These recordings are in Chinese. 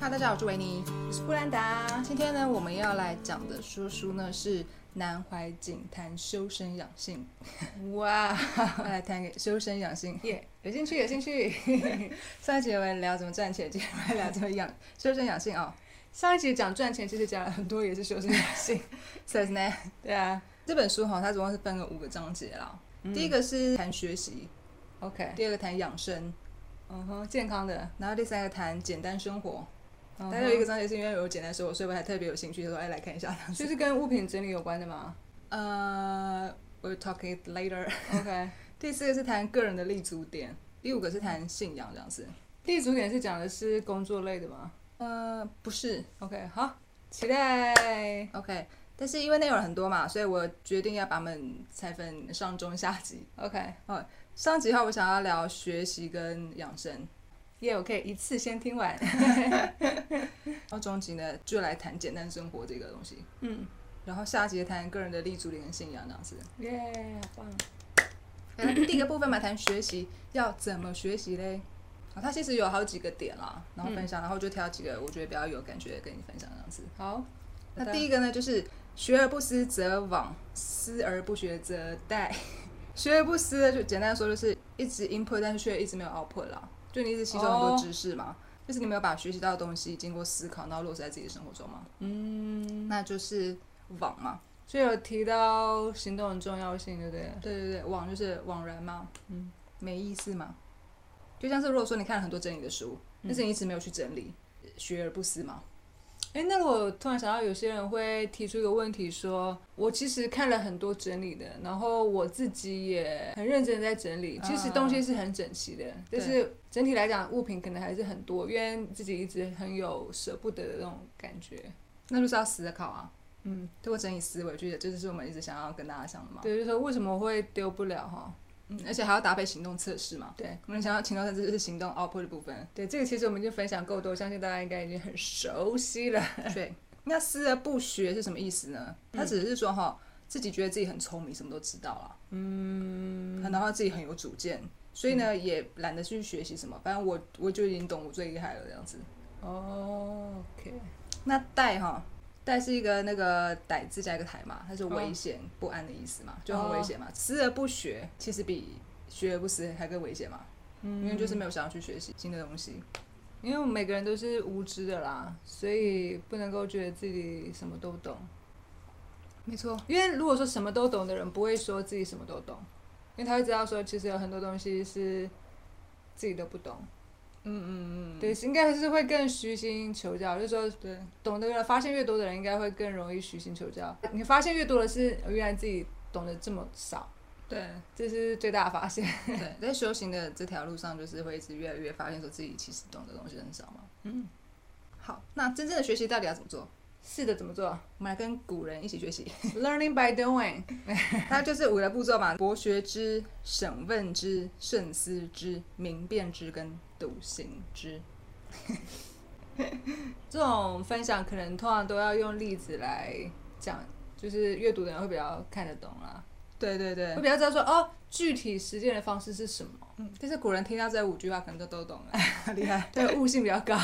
哈，大家好，我是维尼。我是布兰达。今天呢，我们要来讲的说书呢是南怀瑾谈修身养性， 哇，来谈给修身养性。耶、有兴趣，有兴趣。 上一集我们聊怎么赚钱，今天我们聊怎么养修身养性哦。上一集讲赚钱，其实讲了很多，也是修身养 性。所以呢，对啊这本书哈，它总共是分了五个章节啦。嗯第一个是谈学习， ，OK，第二个谈养生，嗯哼，健康的，然后第三个谈简单生活。嗯哼但有一个，章节是因为有简单生活，所以我还特别有兴趣，就说哎来看一下这样子就是跟物品整理有关的嘛。呃、w e l l talk it later。 OK，第四个是谈个人的立足点，第五个是谈信仰这样子。立足点是讲的是工作类的嘛。呃，不是 OK，好，期待。 ，OK。但是因为内容很多嘛，所以我决定要把它们拆分上中下集。 OK，上集的话，我想要聊学习跟养生，耶、我可以一次先听完。然后中集呢就来谈简单生活这个东西，嗯，然后下集谈个人的立足点跟信仰这样子。耶、好棒。那第一个部分嘛，谈学习要怎么学习嘞？好，它其实有好几个点啦，然后分享，然后就挑几个我觉得比较有感觉的跟你分享这样子。好，啊那第一个呢，就是学而不思则罔，思而不学则殆。 学而不思呢，就简单说就是一直 input，但是却一直没有 output 啦，就你一直吸收很多哦知识嘛。就是你没有把学习到的东西经过思考，然后落实在自己的生活中嘛，嗯，那就是枉嘛。所以有提到行动的重要性，对不对？对对对，枉就是枉然嘛，嗯，没意思嘛。就像是如果说你看了很多整理的书，但是你一直没有去整理，学而不思嘛，哎，那我突然想到，有些人会提出一个问题说，我其实看了很多整理的，然后我自己也很认真地在整理，啊其实东西是很整齐的，但是整体来讲，物品可能还是很多，因为自己一直很有舍不得的那种感觉。那就是要思考啊，嗯，通过整理思维，就这就是我们一直想要跟大家讲的嘛。对，就是说为什么会丢不了哈？嗯，而且还要搭配行动测试嘛。对我们想要行动测试就是行动 output 的部分。对，这个其实我们已经分享够多，相信大家应该已经很熟悉了。对，嗯那思而不学是什么意思呢？嗯他只是说哈，自己觉得自己很聪明，什么都知道啊了，嗯，然后自己很有主见，所以呢、嗯也懒得去学习什么，反正我我就已经懂我最厉害了这样子。哦，OK，那怠哈。怠是一个那个歹字加一个台嘛，它是危险、不安的意思哦嘛，就很危险嘛。思而不学，其实比学而不思还更危险嘛，嗯因为就是没有想要去学习新的东西。因为我们每个人都是无知的啦，所以不能够觉得自己什么都懂。没错，因为如果说什么都懂的人，不会说自己什么都懂，因为他会知道说，其实有很多东西是自己都不懂。嗯嗯嗯，对，是应该是会更虚心求教，就是说对，懂得发现越多的人，应该会更容易虚心求教。你发现越多的是，哎原来自己懂得这么少，对这是最大的发现。对， 在修行的这条路上，就是会一直越来越发现说自己其实懂的东西很少嘛。嗯，好，那真正的学习到底要怎么做？ 是的，怎么做我们来跟古人一起学习， ？Learning by doing。它就是五个步骤嘛：博学之、审问之、慎思之、明辨之跟笃行之。 这种分享可能通常都要用例子来讲，就是阅读的人会比较看得懂啦，对对会对，比较知道说哦，具体实践的方式是什么。嗯，但是古人听到这五句话，可能都都懂了， 厉害。对，悟性比较高。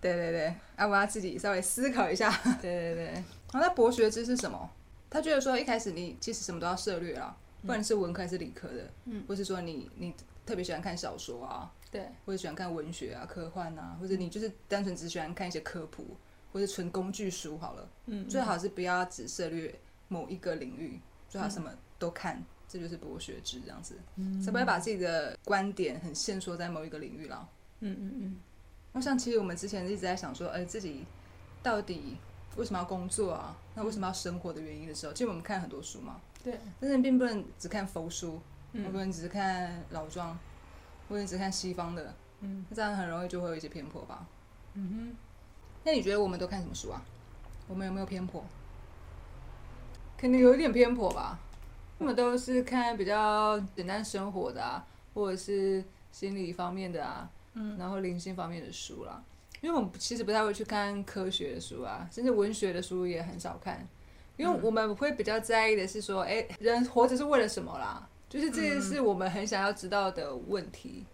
对对对，啊，我要自己稍微思考一下。 对对对，好，啊那博学之是什么？他觉得说一开始你其实什么都要涉略啦，不管你是文科还是理科的，嗯，或是说你你特别喜欢看小说啊，对，或者喜欢看文学啊、科幻啊，或者嗯你就是单纯只喜欢看一些科普或者纯工具书好了，嗯最好是不要只涉略某一个领域，最好什么都看，这就是博学之这样子，嗯才不会把自己的观点很限缩在某一个领域啦。嗯嗯嗯，那像其实我们之前一直在想说，哎、自己到底为什么要工作啊？那为什么要生活的原因的时候，其实我们看很多书嘛，对，但是并不能只看佛书，嗯或者你只是看老庄，或者你只看西方的，嗯那这样很容易就会有一些偏颇吧。嗯那你觉得我们都看什么书啊？我们有没有偏颇？哼，肯定有一点偏颇吧。我们都是看比较简单生活的啊，或者是心理方面的啊，嗯，然后灵性方面的书啦，因为我们其实不太会去看科学的书啊，甚至文学的书也很少看，因为我们会比较在意的是说，哎、人活着是为了什么啦？就是这件事我们很想要知道的问题。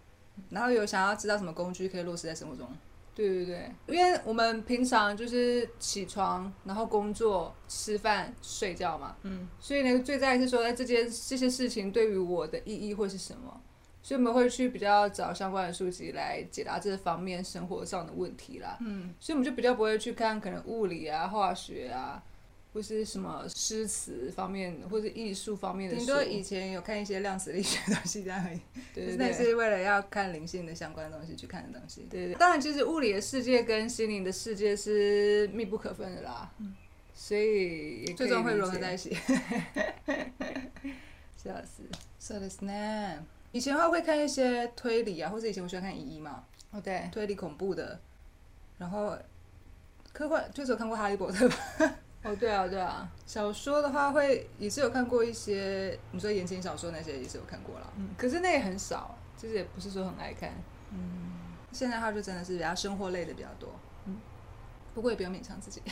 然后有想要知道什么工具可以落实在生活中？对对对，因为我们平常就是起床，然后工作、吃饭、睡觉嘛，嗯，所以呢，最在意是说，哎，这件这些事情对于我的意义会是什么？所以我们会去比较找相关的书籍来解答这方面生活上的问题啦，嗯，所以我们就比较不会去看可能物理啊、化学啊，或是什么诗词方面或者艺术方面的顶书，多以前有看一些量子力学的东西这样而已，对 对但对。是为了要看灵性的相关的东西去看的东西。对对，当然，其实物理的世界跟心灵的世界是密不可分的啦，所以也可以最终会融合理解在一 起。是啊是，そうですね。以前的话会看一些推理啊，或者以前我喜欢看《一一》嘛，哦对，推理恐怖的，然后科幻就只有看过《哈利波特》吧。 哦对啊对啊， 小说的话会也是有看过一些，你说言情小说那些也是有看过啦。嗯，可是那也很少，就是也不是说很爱看，嗯 现在的话就真的是比较生活类的比较多，嗯，不过也不用勉强自己。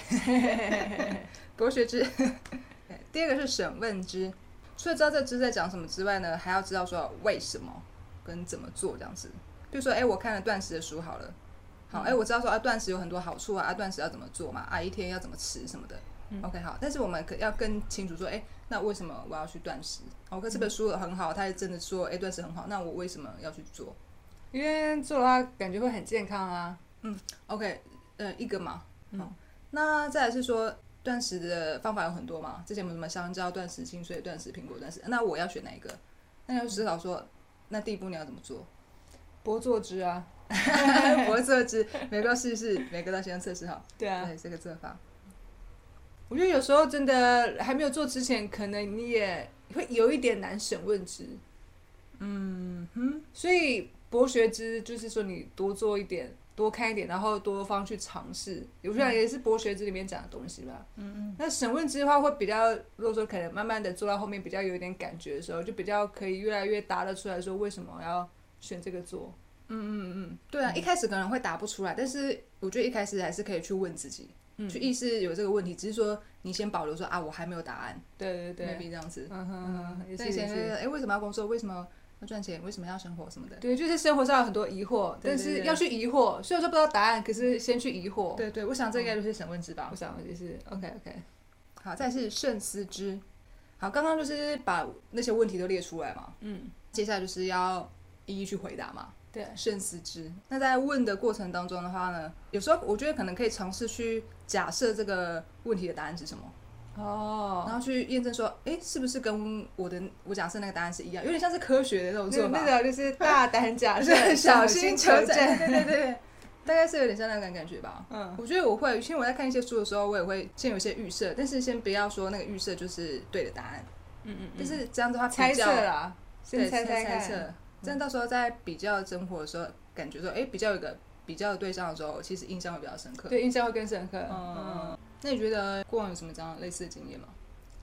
博学之， 对第二个是审问之。除了知道这之在讲什么之外呢，还要知道说为什么跟怎么做这样子。比如说，哎、我看了断食的书好了，好，哎、我知道说啊，断食有很多好处啊，啊，断食要怎么做嘛，啊，一天要怎么吃什么的。OK，好，但是我们可要更清楚说，哎、那为什么我要去断食？哦，可这本书很好，它也真的说，哎、断食很好，那我为什么要去做？因为做的话感觉会很健康啊，哦 OK，呃，一个嘛，嗯，那再来是说断食的方法有很多嘛，之前我们什么香蕉断食、清水断食、苹果断食，那我要选哪一个？那你要思考说，那第一步你要怎么 做？哎多坐姿啊，我会测试，每个都试试，每个都先测试好，对啊，对，这个做法，我觉得有时候真的还没有做之前，可能你也会有一点难审问之。嗯哼，所以博学之就是说你多做一点，多看一点，然后多方去尝试。有些人也是博学之里面讲的东西吧。嗯嗯。那审问之的话，会比较如果说可能慢慢的做到后面比较有一点感觉的时候，就比较可以越来越答得出来说为什么要选这个做。 对嗯啊，一开始可能会答不出来，但是我觉得一开始还是可以去问自己，嗯去意识有这个问题，只是说你先保留说啊，我还没有答案对对对。 ，maybe 这样子，嗯哼，也所是以也先就是是。哎，为什么要工作？为什么要赚钱？为什么要生活什么的？对，就是生活上有很多疑惑，对对但是对要去疑惑，虽然说不知道答案，可是先去疑惑。嗯对对，我想这应该就是审问制吧我。想也是 OK OK，好，再是慎思之。好，刚刚就是把那些问题都列出来嘛，嗯，接下来就是要一一去回答嘛。对，慎思之。那在问的过程当中的话呢，有时候我觉得可能可以尝试去假设这个问题的答案是什么，哦，然后去验证说，诶，是不是跟我的我假设那个答案是一样？有点像是科学的那种那做法，那个就是大胆假 对设，小啊心心求求证。。对对对对，大概是有点像那种感觉吧。嗯，我觉得我会，因为我在看一些书的时候，我也会先有一些预设，但是先不要说那个预设就是对的答案，嗯嗯但是这样的话比较猜测啦，对先猜猜猜看测，这样到时候在比较生活的时候，感觉说，哎、比较有一个比较的对象的时候，其实印象会比较深刻。，对，印象会更深刻。嗯，嗯，那你觉得过往有什么这样类似的经验吗？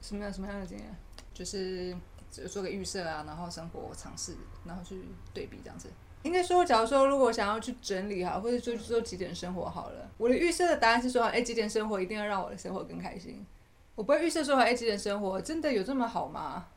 什么样什么样的经验？就是只做个预设啊，然后生活尝试，然后去对比这样子。应该说，假如说如果想要去整理哈，或者说去做极简生活好了，我的预设的答案是说，哎，极简生活一定要让我的生活更开心。我不会预设说，哎，极简生活真的有这么好吗？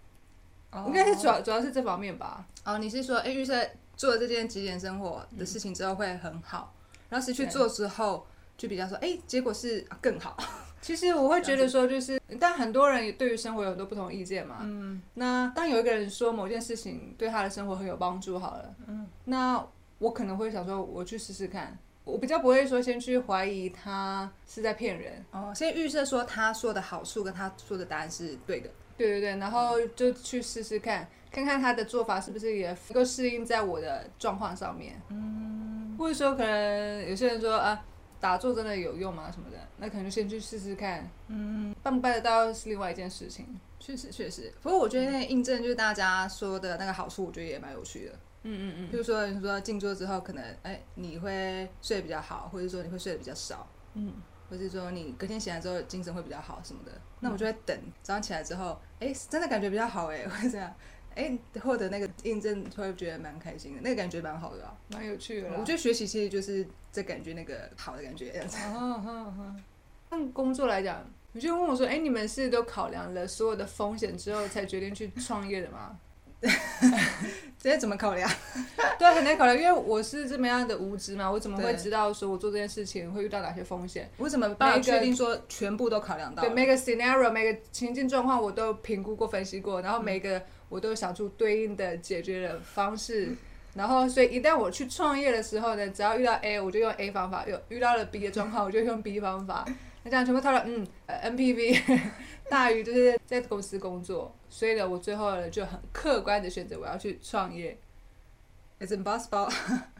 应该是主要主要是这方面吧。嗯哦，你是说，哎、预设做了这件极简生活的事情之后会很好，然后实去对做之后。就比较说，哎、结果是啊更好，其实我会觉得说，就是，但很多人也对于生活有很多不同意见嘛。嗯。那当有一个人说某件事情对他的生活很有帮助，好了，嗯，那我可能会想说，我去试试看。我比较不会说先去怀疑他是在骗人，哦，先预设说他说的好处跟他说的答案是对的，嗯对对对，然后就去试试看，看看他的做法是不是也能够适应在我的状况上面。嗯，或者说可能有些人说啊，打坐真的有用吗什么的，那可能就先去试试看。嗯，办不办得到是另外一件事情。确实确实。不过我觉得那个印证就是大家说的那个好处，我觉得也蛮有趣的。嗯嗯嗯。比如说你说静坐之后，可能哎你会睡得比较好，或者说你会睡得比较少，嗯，或者说你隔天醒来之后精神会比较好什么的。那我就会等早上起来之后，哎真的感觉比较好哎， 或者这样，哎获得那个印证，就会觉得蛮开心的，那个感觉蛮好的、啊。蛮有趣的啦。我觉得学习其实就是在感觉那个好的感觉这哎样子。得，嗯嗯嗯。按工作来讲， 你就问我说：“哎、你们是都考量了所有的风险之后才决定去创业的吗？”这些怎么考量？对，很难考量，因为我是这么样的无知嘛，我怎么会对知道说我做这件事情会遇到哪些风险？我怎么办法每一个确定说全部都考量到对了？每个 scenario、每个情境状况，我都评估过、分析过，然后每个我都想出对应的解决的方式。然后，所以一旦我去创业的时候呢，只要遇到 A，我就用 A 方法；有遇到了 B 的状况，我就用 B 方法。那这样全部套了，嗯、呃、，NPV 大于就是在公司工作，所以呢，我最后呢就很客观的选择我要去创业， It's impossible，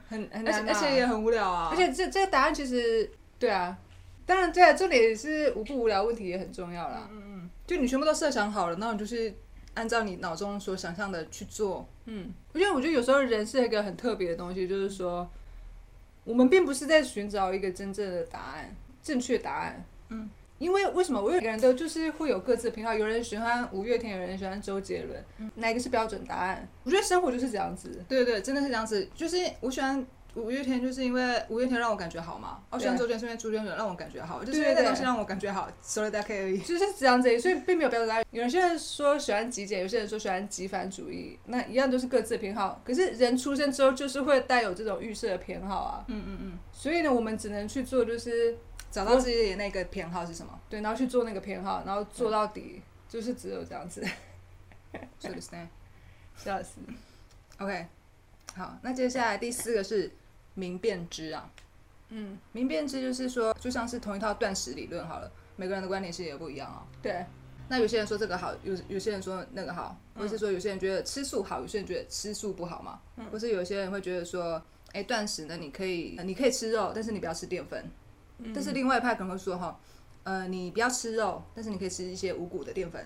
很而很且难而嘛且也很无聊啊。而且这这个答案其实对啊，当然对啊，重点是无不无聊问题也很重要啦。嗯就你全部都设想好了，那你就是按照你脑中所想象的去做。嗯，因为我觉得有时候人是一个很特别的东西，就是说，我们并不是在寻找一个真正的答案，正确答案。嗯，因为为什么？我有每个人都就是会有各自的偏好，有人喜欢五月天，有人喜欢周杰伦，哪一个是标准答案？我觉得生活就是这样子。对对，真的是这样子。就是我喜欢五月天，就是因为五月天让我感觉好嘛。我喜欢对周杰伦，是因为周杰伦让我感觉好，就是对因为那对东西让我感觉好，所以大家可 以。就是这样子而已，所以并没有标准答案。有些人说喜欢极简，有些人说喜欢极繁主义，那一样都是各自的偏好。可是人出生之后就是会带有这种预设的偏好啊，嗯嗯嗯，所以呢，我们只能去做，就是找到自己的那个偏好是什么？对，然后去做那个偏好，然后做到底，就是只有这样子，,所以ですね。笑死。 OK，好，那接下来第四个是明辨知啊。嗯，明辨知就是说，就像是同一套断食理论好了，每个人的观点其实也不一样啊、对，那有些人说这个好，有有些人说那个好，或是说有些人觉得吃素好，有些人觉得吃素不好嘛，嗯或是有些人会觉得说，哎、断食呢，你可以呃你可以吃肉，但是你不要吃淀粉。嗯但是另外一派可能会说哈，呃，你不要吃肉，但是你可以吃一些五谷的淀粉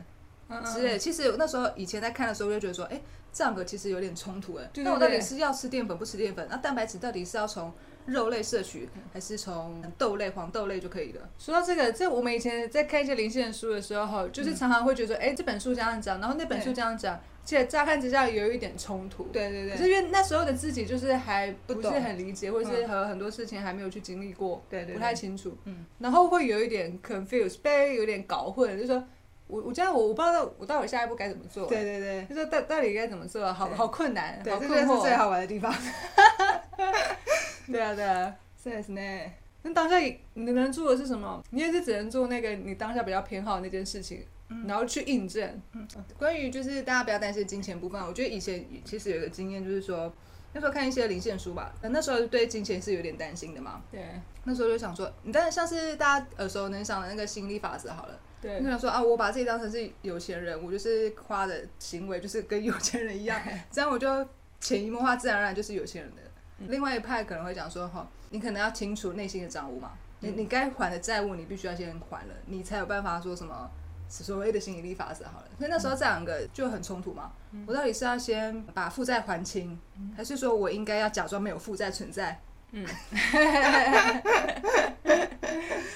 嗯之类的。其实那时候以前在看的时候，我就觉得说，哎、这两个其实有点冲突哎。对对那我到底对是要吃淀粉不吃淀粉？那蛋白质到底是要从肉类摄取，还是从豆类、黄豆类就可以了？说到这个，这我们以前在看一些灵性的书的时候，就是常常会觉得说，哎、这本书这样讲，然后那本书嗯对这样讲，而且乍看之下有一点冲突。对对可是因为那时候的自己就是还不不是懂很理解，或者是和很多事情还没有去经历过，对对对不太清楚，嗯，然后会有一点 confused，被有点搞混，就说我我这样我我不知道我到底下一步该怎么做，，对对 对。就说到到底该怎么做，好对好困难，对，好这困就是惑，哦最好玩的地方。对啊对啊，そうですね。那当下你能做的是什么？你也是只能做那个你当下比较偏好的那件事情，嗯然后去印证，关于就是大家不要担心金钱部分，我觉得以前其实有一个经验，就是说那时候看一些零线书吧，那时候对金钱是有点担心的嘛。对那时候就想说，你当然像是大家耳熟能详的那个心理法则好了，对你就想说啊，我把自己当成是有钱人，我就是花的行为就是跟有钱人一 样，这样我就潜移默化，自然而然就是有钱人的。嗯另外一派可能会讲说，哈、你可能要清楚内心的账务嘛，你嗯你该还的债务你必须要先还了，你才有办法说什么所谓的吸引力法则好了。所以那时候这两个就很冲突嘛，我到底是要先把负债还清，还是说我应该要假装没有负债存 在？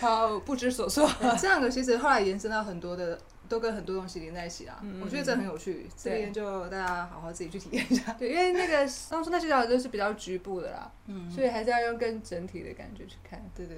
好不知 所措，哎这样的其实后来延伸到很多的，都跟很多东西连在一起啦。我觉得这很有趣，这边就大家好好自己去体验一下。对，因为那个当初那些讲都是比较局部的啦，嗯，所以还是要用更整体的感觉去看。对对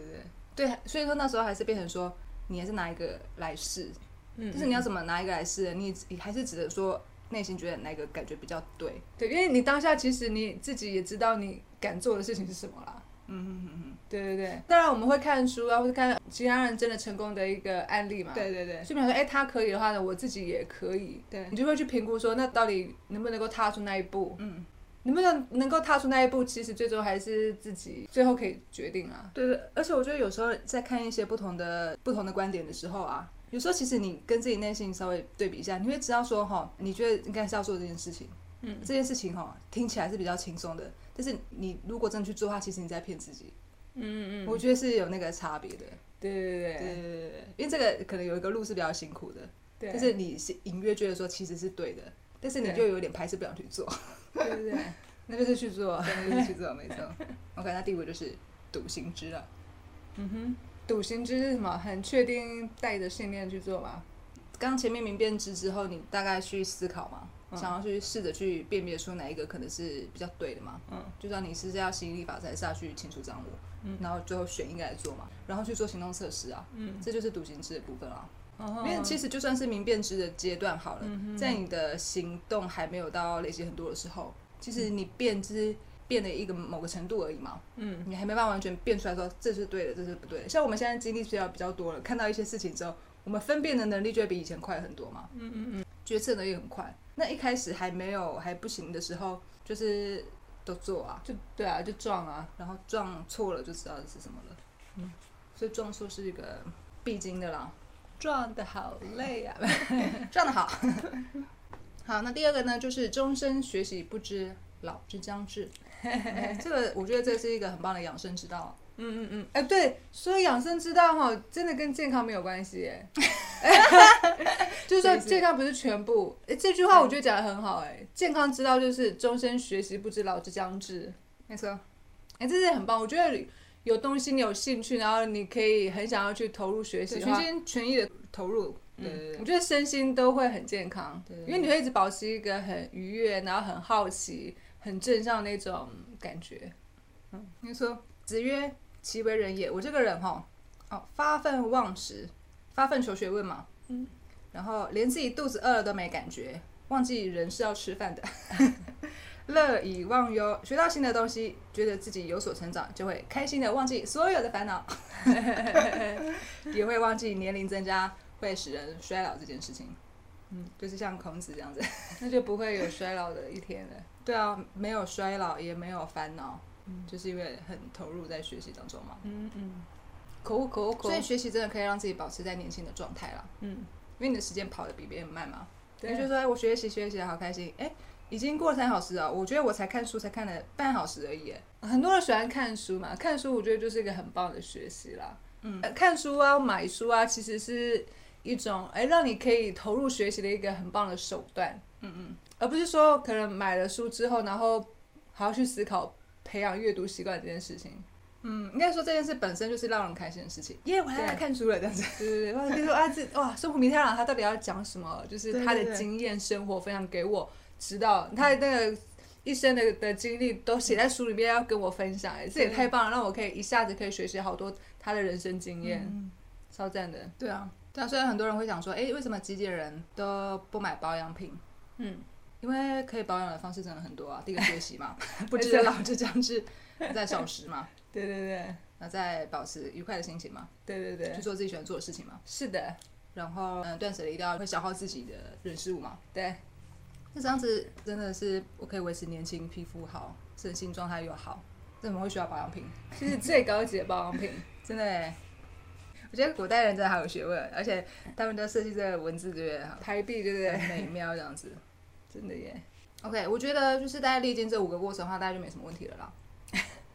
对对，所以说那时候还是变成说，你还是拿一个来试，嗯就是你要怎么拿一个来试，你你还是只能说内心觉得哪个感觉比较对。对，因为你当下其实你自己也知道你敢做的事情是什么啦。嗯嗯嗯对对对，当然我们会看书啊，或者看其他人真的成功的一个案例嗯，。嘛。对对对就比方说，哎、他可以的话呢，我自己也可以。对你就会去评估说，那到底能不能够踏出那一步？嗯，能不能能够踏出那一步，其实最终还是自己最后可以决定啊。对对，而且我觉得有时候在看一些不同的不同的观点的时候啊。有时候其实你跟自己内心稍微对比一下，你会知道说哈，你觉得应该是要做这件事情，嗯，这件事情哈、听起来是比较轻松的，但是你如果真的去做的话，其实你在骗自己。嗯嗯我觉得是有那个差别的。对对对对对对对，因为这个可能有一个路是比较辛苦的，对，但是你是隐约觉得说其实是对的，但是你对就有点排斥不想去做， 对对对，那就是去 做。但是去做没错。OK，那第五就是笃行之了，嗯哼，笃行之是什么？很确定带着信念去做嘛。刚前面明辨知之后，你大概去思考嘛，嗯想要去试着去辨别出哪一个可能是比较对的嘛。嗯，就算你是要吸引力法则，还是要去清除账目，嗯然后最后选一个来做嘛，然后去做行动测试啊，嗯哦这就是笃行之的部分啊。因为其实就算是明辨知的阶段好嗯了，在你的行动还没有到累积很多的时候，其实你辨知变了一个某个程度而已嘛，嗯，你还没办法完全辨出来说这是对的，这是不对的。像我们现在经历比较比较多了，看到一些事情之后，我们分辨的能力就会比以前快很多嘛，嗯嗯嗯，决策能力很快。那一开始还没有还不行的时候，就是都做啊，就对啊，就撞啊，然后撞错了就知道是什么了，嗯，所以撞错是一个必经的啦。撞的好 累啊，撞得好。 好，那第二个呢，就是终身学习不知老之将至。哎这个我觉得这是一个很棒的养生之道。嗯嗯嗯，哎、对，说养生之道哈，真的跟健康没有关 系哎， 就是说是不是健康不是全部。哎、这句话我觉得讲的很好哎，健康之道就是终身学习，不知老之将至。没错，哎、这是很棒，我觉得有东西你有兴趣，然后你可以很想要去投入学习对，的全话，心全意的投入。对对嗯，对我觉得身心都会很健康，对对因为你会一直保持一个很愉悦，然后很好奇、很正向那种感觉。你说子曰：“其为人也。”我这个人哈，哦，发愤忘食，发愤求学问嘛。嗯。然后连自己肚子饿了都没感觉，忘记人是要吃饭的。 乐以忘忧，学到新的东西，觉得自己有所成长，就会开心的忘记所有的烦恼， 也会忘记年龄增加会使人衰老这件事情。嗯，就是像孔子这样子。那就不会有衰老的一天了。对啊，没有衰老，也没有烦恼，就是因为很投入在学习当中嘛。嗯嗯，口口口所，以学习真的可以让自己保持在年轻的状态啦，嗯，因为你的时间跑得比别人慢嘛。对你就说，哎，我学习学习得好开心，哎，已经过了三小时了，我觉得我才看书才看了半小时而已，哎很多人喜欢看书嘛，看书我觉得就是一个很棒的学习啦。嗯呃看书啊，买书啊，其实是一种哎、让你可以投入学习的一个很棒的手段，嗯嗯，而不是说可能买了书之后，然后还要去思考培养阅读习惯这件事情。嗯，应该说这件事本身就是让人开心的事情，耶，我还对来看书了这样子。对对对，或者是说啊，这哇，生活名太郎他到底要讲什么？就是他对对的对经验、生活分享给我，直到他的那个一生的的经历都写在书里面，要跟我分享。哎，这也对太棒了，让我可以一下子可以学习好多他的人生经验，嗯超赞的。对啊，对啊，虽然很多人会想说，哎，为什么极简人都不买保养品？嗯，因为可以保养的方式真的很多啊。第一个学习 嘛，不没知错老之将至，在少食嘛，对对对那再保持愉快的心情嘛，对对去对，做自己喜欢做的事情嘛。是的，然后，嗯，断舍离一定要会消耗自己的人事物嘛。对，那这样子真的是我可以维持年轻，皮肤好，身心状态又好，这怎么会需要保养品？这是最高级的保养品。真的耶，我觉得古代人真的好有学问，而且他们都设计这个文字，对不对？排比，对不对？很美妙这样 子。真的耶， OK，我觉得就是大家历经这五个过程的话，大家就没什么问题了 啦。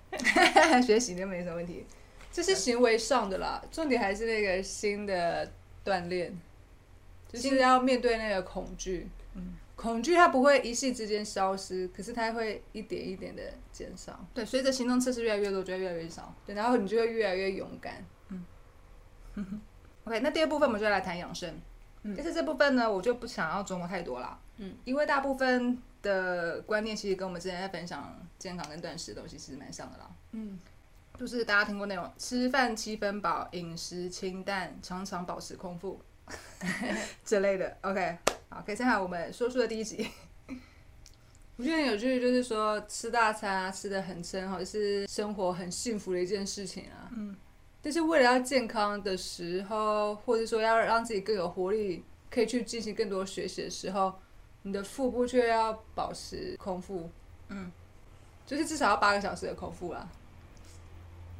学习就没什么问题。这是行为上的啦，重点还是那个心的锻炼，就是要面对那个恐惧。嗯恐惧它不会一夕之间消失，可是它会一点一点的减少，对，随着行动测试越来越多，就会越来越少。对，然后你就会越来越勇敢。嗯 OK，那第二部分我们就来谈养生。嗯但是这部分呢，我就不想要琢磨太多啦。嗯，因为大部分的观念其实跟我们之前在分享健康跟断食的东西其实蛮像的啦。嗯就是大家听过那种吃饭七分饱，饮食清淡，常常保持空腹 之类的。OK，好，可以参考我们说书的第一集。我觉得很有趣，就是说吃大餐啊，吃的很撑，好是生活很幸福的一件事情啊。嗯，但是为了要健康的时候，或者说要让自己更有活力，可以去进行更多学习的时候，你的腹部却要保持空腹。嗯，就是至少要八个小时的空腹啦。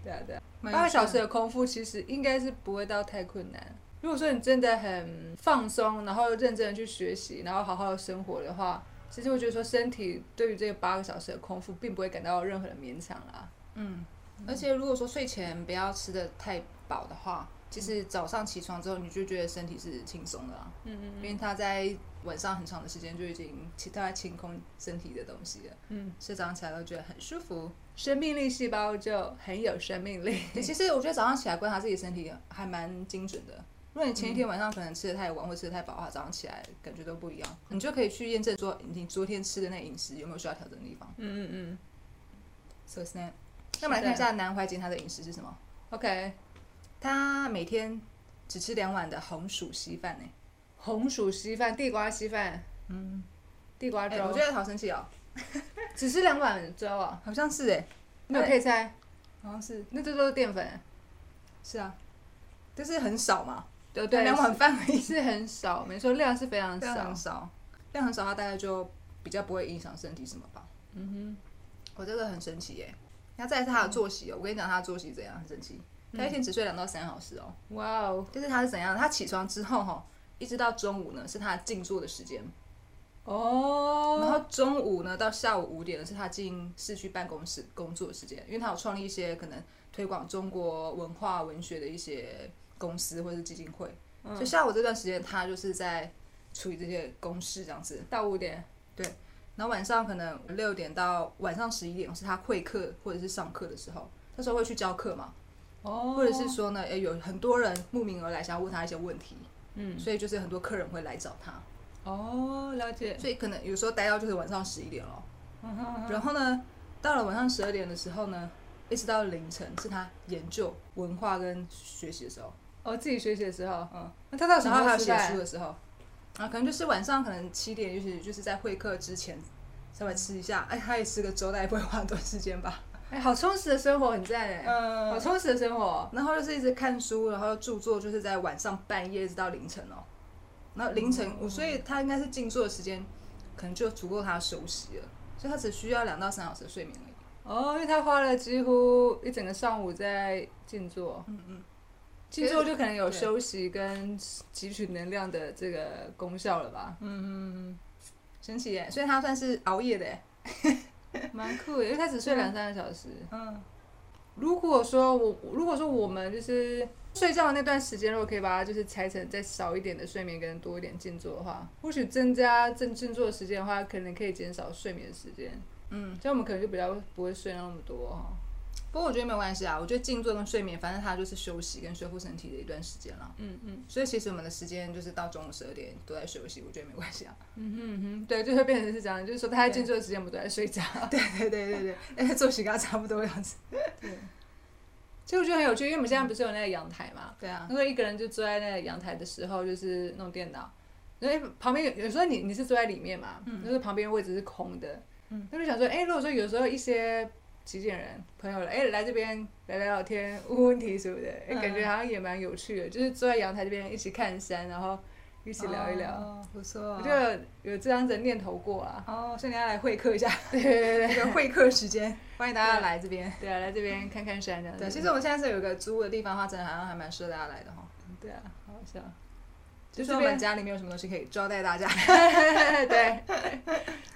对啊，对啊，蛮有八个小趣时的空腹其实应该是不会到太困难。如果说你真的很放松，然后认真的去学习，然后好好的生活的话，其实我觉得说身体对于这个八个小时的空腹，并不会感到任何的勉强啦。嗯，而且如果说睡前不要吃的太饱的话，其实早上起床之后你就觉得身体是轻松的啦，嗯嗯因为它在晚上很长的时间就已经其它在清空身体的东西了，嗯，所以早上起来都觉得很舒服。生命力细胞就很有生命力。 对，其实我觉得早上起来观察自己身体还蛮精准的。如果你前一天晚上可能吃的太晚或吃的太饱的话，早上起来感觉都不一样，你就可以去验证说你昨天吃的那饮食有没有需要调整的地方。嗯嗯嗯 So Snap，那我们来看一下南怀瑾他的饮食是什么？ ，OK，他每天只吃两碗的红薯稀饭呢、欸红薯稀饭、地瓜稀饭，嗯，地瓜哎、粥，我觉得好神奇哦，只是两碗粥啊，好像是哎、没有配菜，好像是那这都是淀粉，是啊，但是很少嘛，对对，两碗饭而已，是是很少，没错，量是非常量少很。少，量很少，它大概就比较不会影响身体什么吧。嗯我、哦这个很神奇耶、然后再来是他的作息哦、我跟你讲他的作息怎样，很神奇，他一天只睡两到三小时哦、哼，哇哦，就是他是怎样？他起床之后哈，一直到中午呢是他静坐的时间，然哦，后中午呢到下午五点呢是他进市区办公室工作的时间，因为他有创立一些可能推广中国文化文学的一些公司或者是基金会，所以下午这段时间他就是在处理这些公事这样子。到五点，然后晚上可能六点到晚上十一点是他会课或者是上课的时候，那时候会去教课嘛，哦或者是说呢，诶有很多人慕名而来想要问他一些问题，嗯，所以就是很多客人会来找他。哦，了解，所以可能有时候待到就是晚上十一点了。嗯哼哼然后呢，到了晚上十二点的时候呢，一直到凌晨是他研究文化跟学习的时候，哦，自己学习的时候，嗯，那他到什然么后时还有候写吃书饭？的时候，啊，可能就是晚上可能七点，就是就是在会客之前稍微吃一下，哎，他也吃个粥，大概不会花很多时间吧。哎，好充实的生活，很赞哎，好嗯，充实的生活，然后就是一直看书，然后著作就是在晚上半夜一直到凌晨哦。然后凌晨，我所以他应该是静坐的时间，可能就足够他休息了，所以他只需要两到三小时的睡眠而已。哦，因为他花了几乎一整个上午在静坐，嗯嗯，静坐可是就可能有对休息跟汲取能量的这个功效了吧，嗯神奇耶！所以他算是熬夜的耶。蛮酷的，因为他只睡两三个小时。嗯，如果说我如果说我们就是睡觉的那段时间，如果可以把它就是裁成再少一点的睡眠跟多一点静坐的话，或许增加正静坐的时间的话，可能可以减少睡眠的时间。嗯，这样我们可能就比较不会睡那么多哈、不过我觉得没有关系啊。我觉得静坐跟睡眠，反正它就是休息跟修复身体的一段时间啦。嗯嗯所以其实我们的时间就是到中午十二点都在休息，我觉得没关系啊。 嗯哼嗯哼，对，就会变成是这样，就是说他在静坐的时间，我们都在睡觉。对对对对对，哎，作息跟他差不多的样子。所以我觉得很有趣，因为我们现在不是有那个阳台嘛，对啊，如果一个人就坐在那个阳台的时候，就是弄电脑，因为旁边有有时候你你是坐在里面嘛，就是旁边位置是空的，嗯那就想说，哎、如果说有时候一些极简人朋友来，哎、来这边来聊聊天、问问题什么的，哎、嗯感觉好像也蛮有趣的，就是坐在阳台这边一起看山，然后一一起聊一聊。不错我啊。就有有这样子的念头过啊， 哦，所以你要来会客一下，对对对对这个会客时间，欢迎大家来这边。对啊，来这边看看山这样子。对，其实我们现在是有一个租的地方的话，真的好像还蛮适合大家来的哈。对啊，好好笑。就是这我边们家里面有什么东西可以招待大家， 对，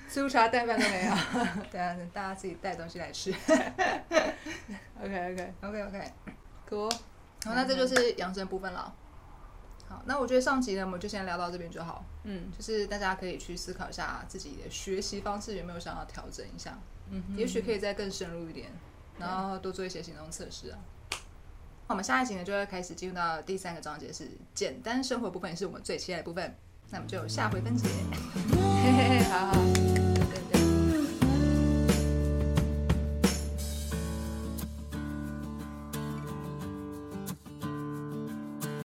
粗茶淡饭都没有。对啊，大家自己带东西来吃。 OK OK， OK OK。 cool。好，那这就是养生部分了。好，那我觉得上集呢，我们就先聊到这边就好。 嗯就是大家可以去思考一下自己的学习方式有没有想要调整一下，嗯哼，也许可以再更深入一点，然后多做一些行动测试啊。那我们下一集呢，就会开始进入到第三个章节，是简单生活部分，也是我们最期待的部分。那我们就下回分解。嘿嘿嘿，好好好。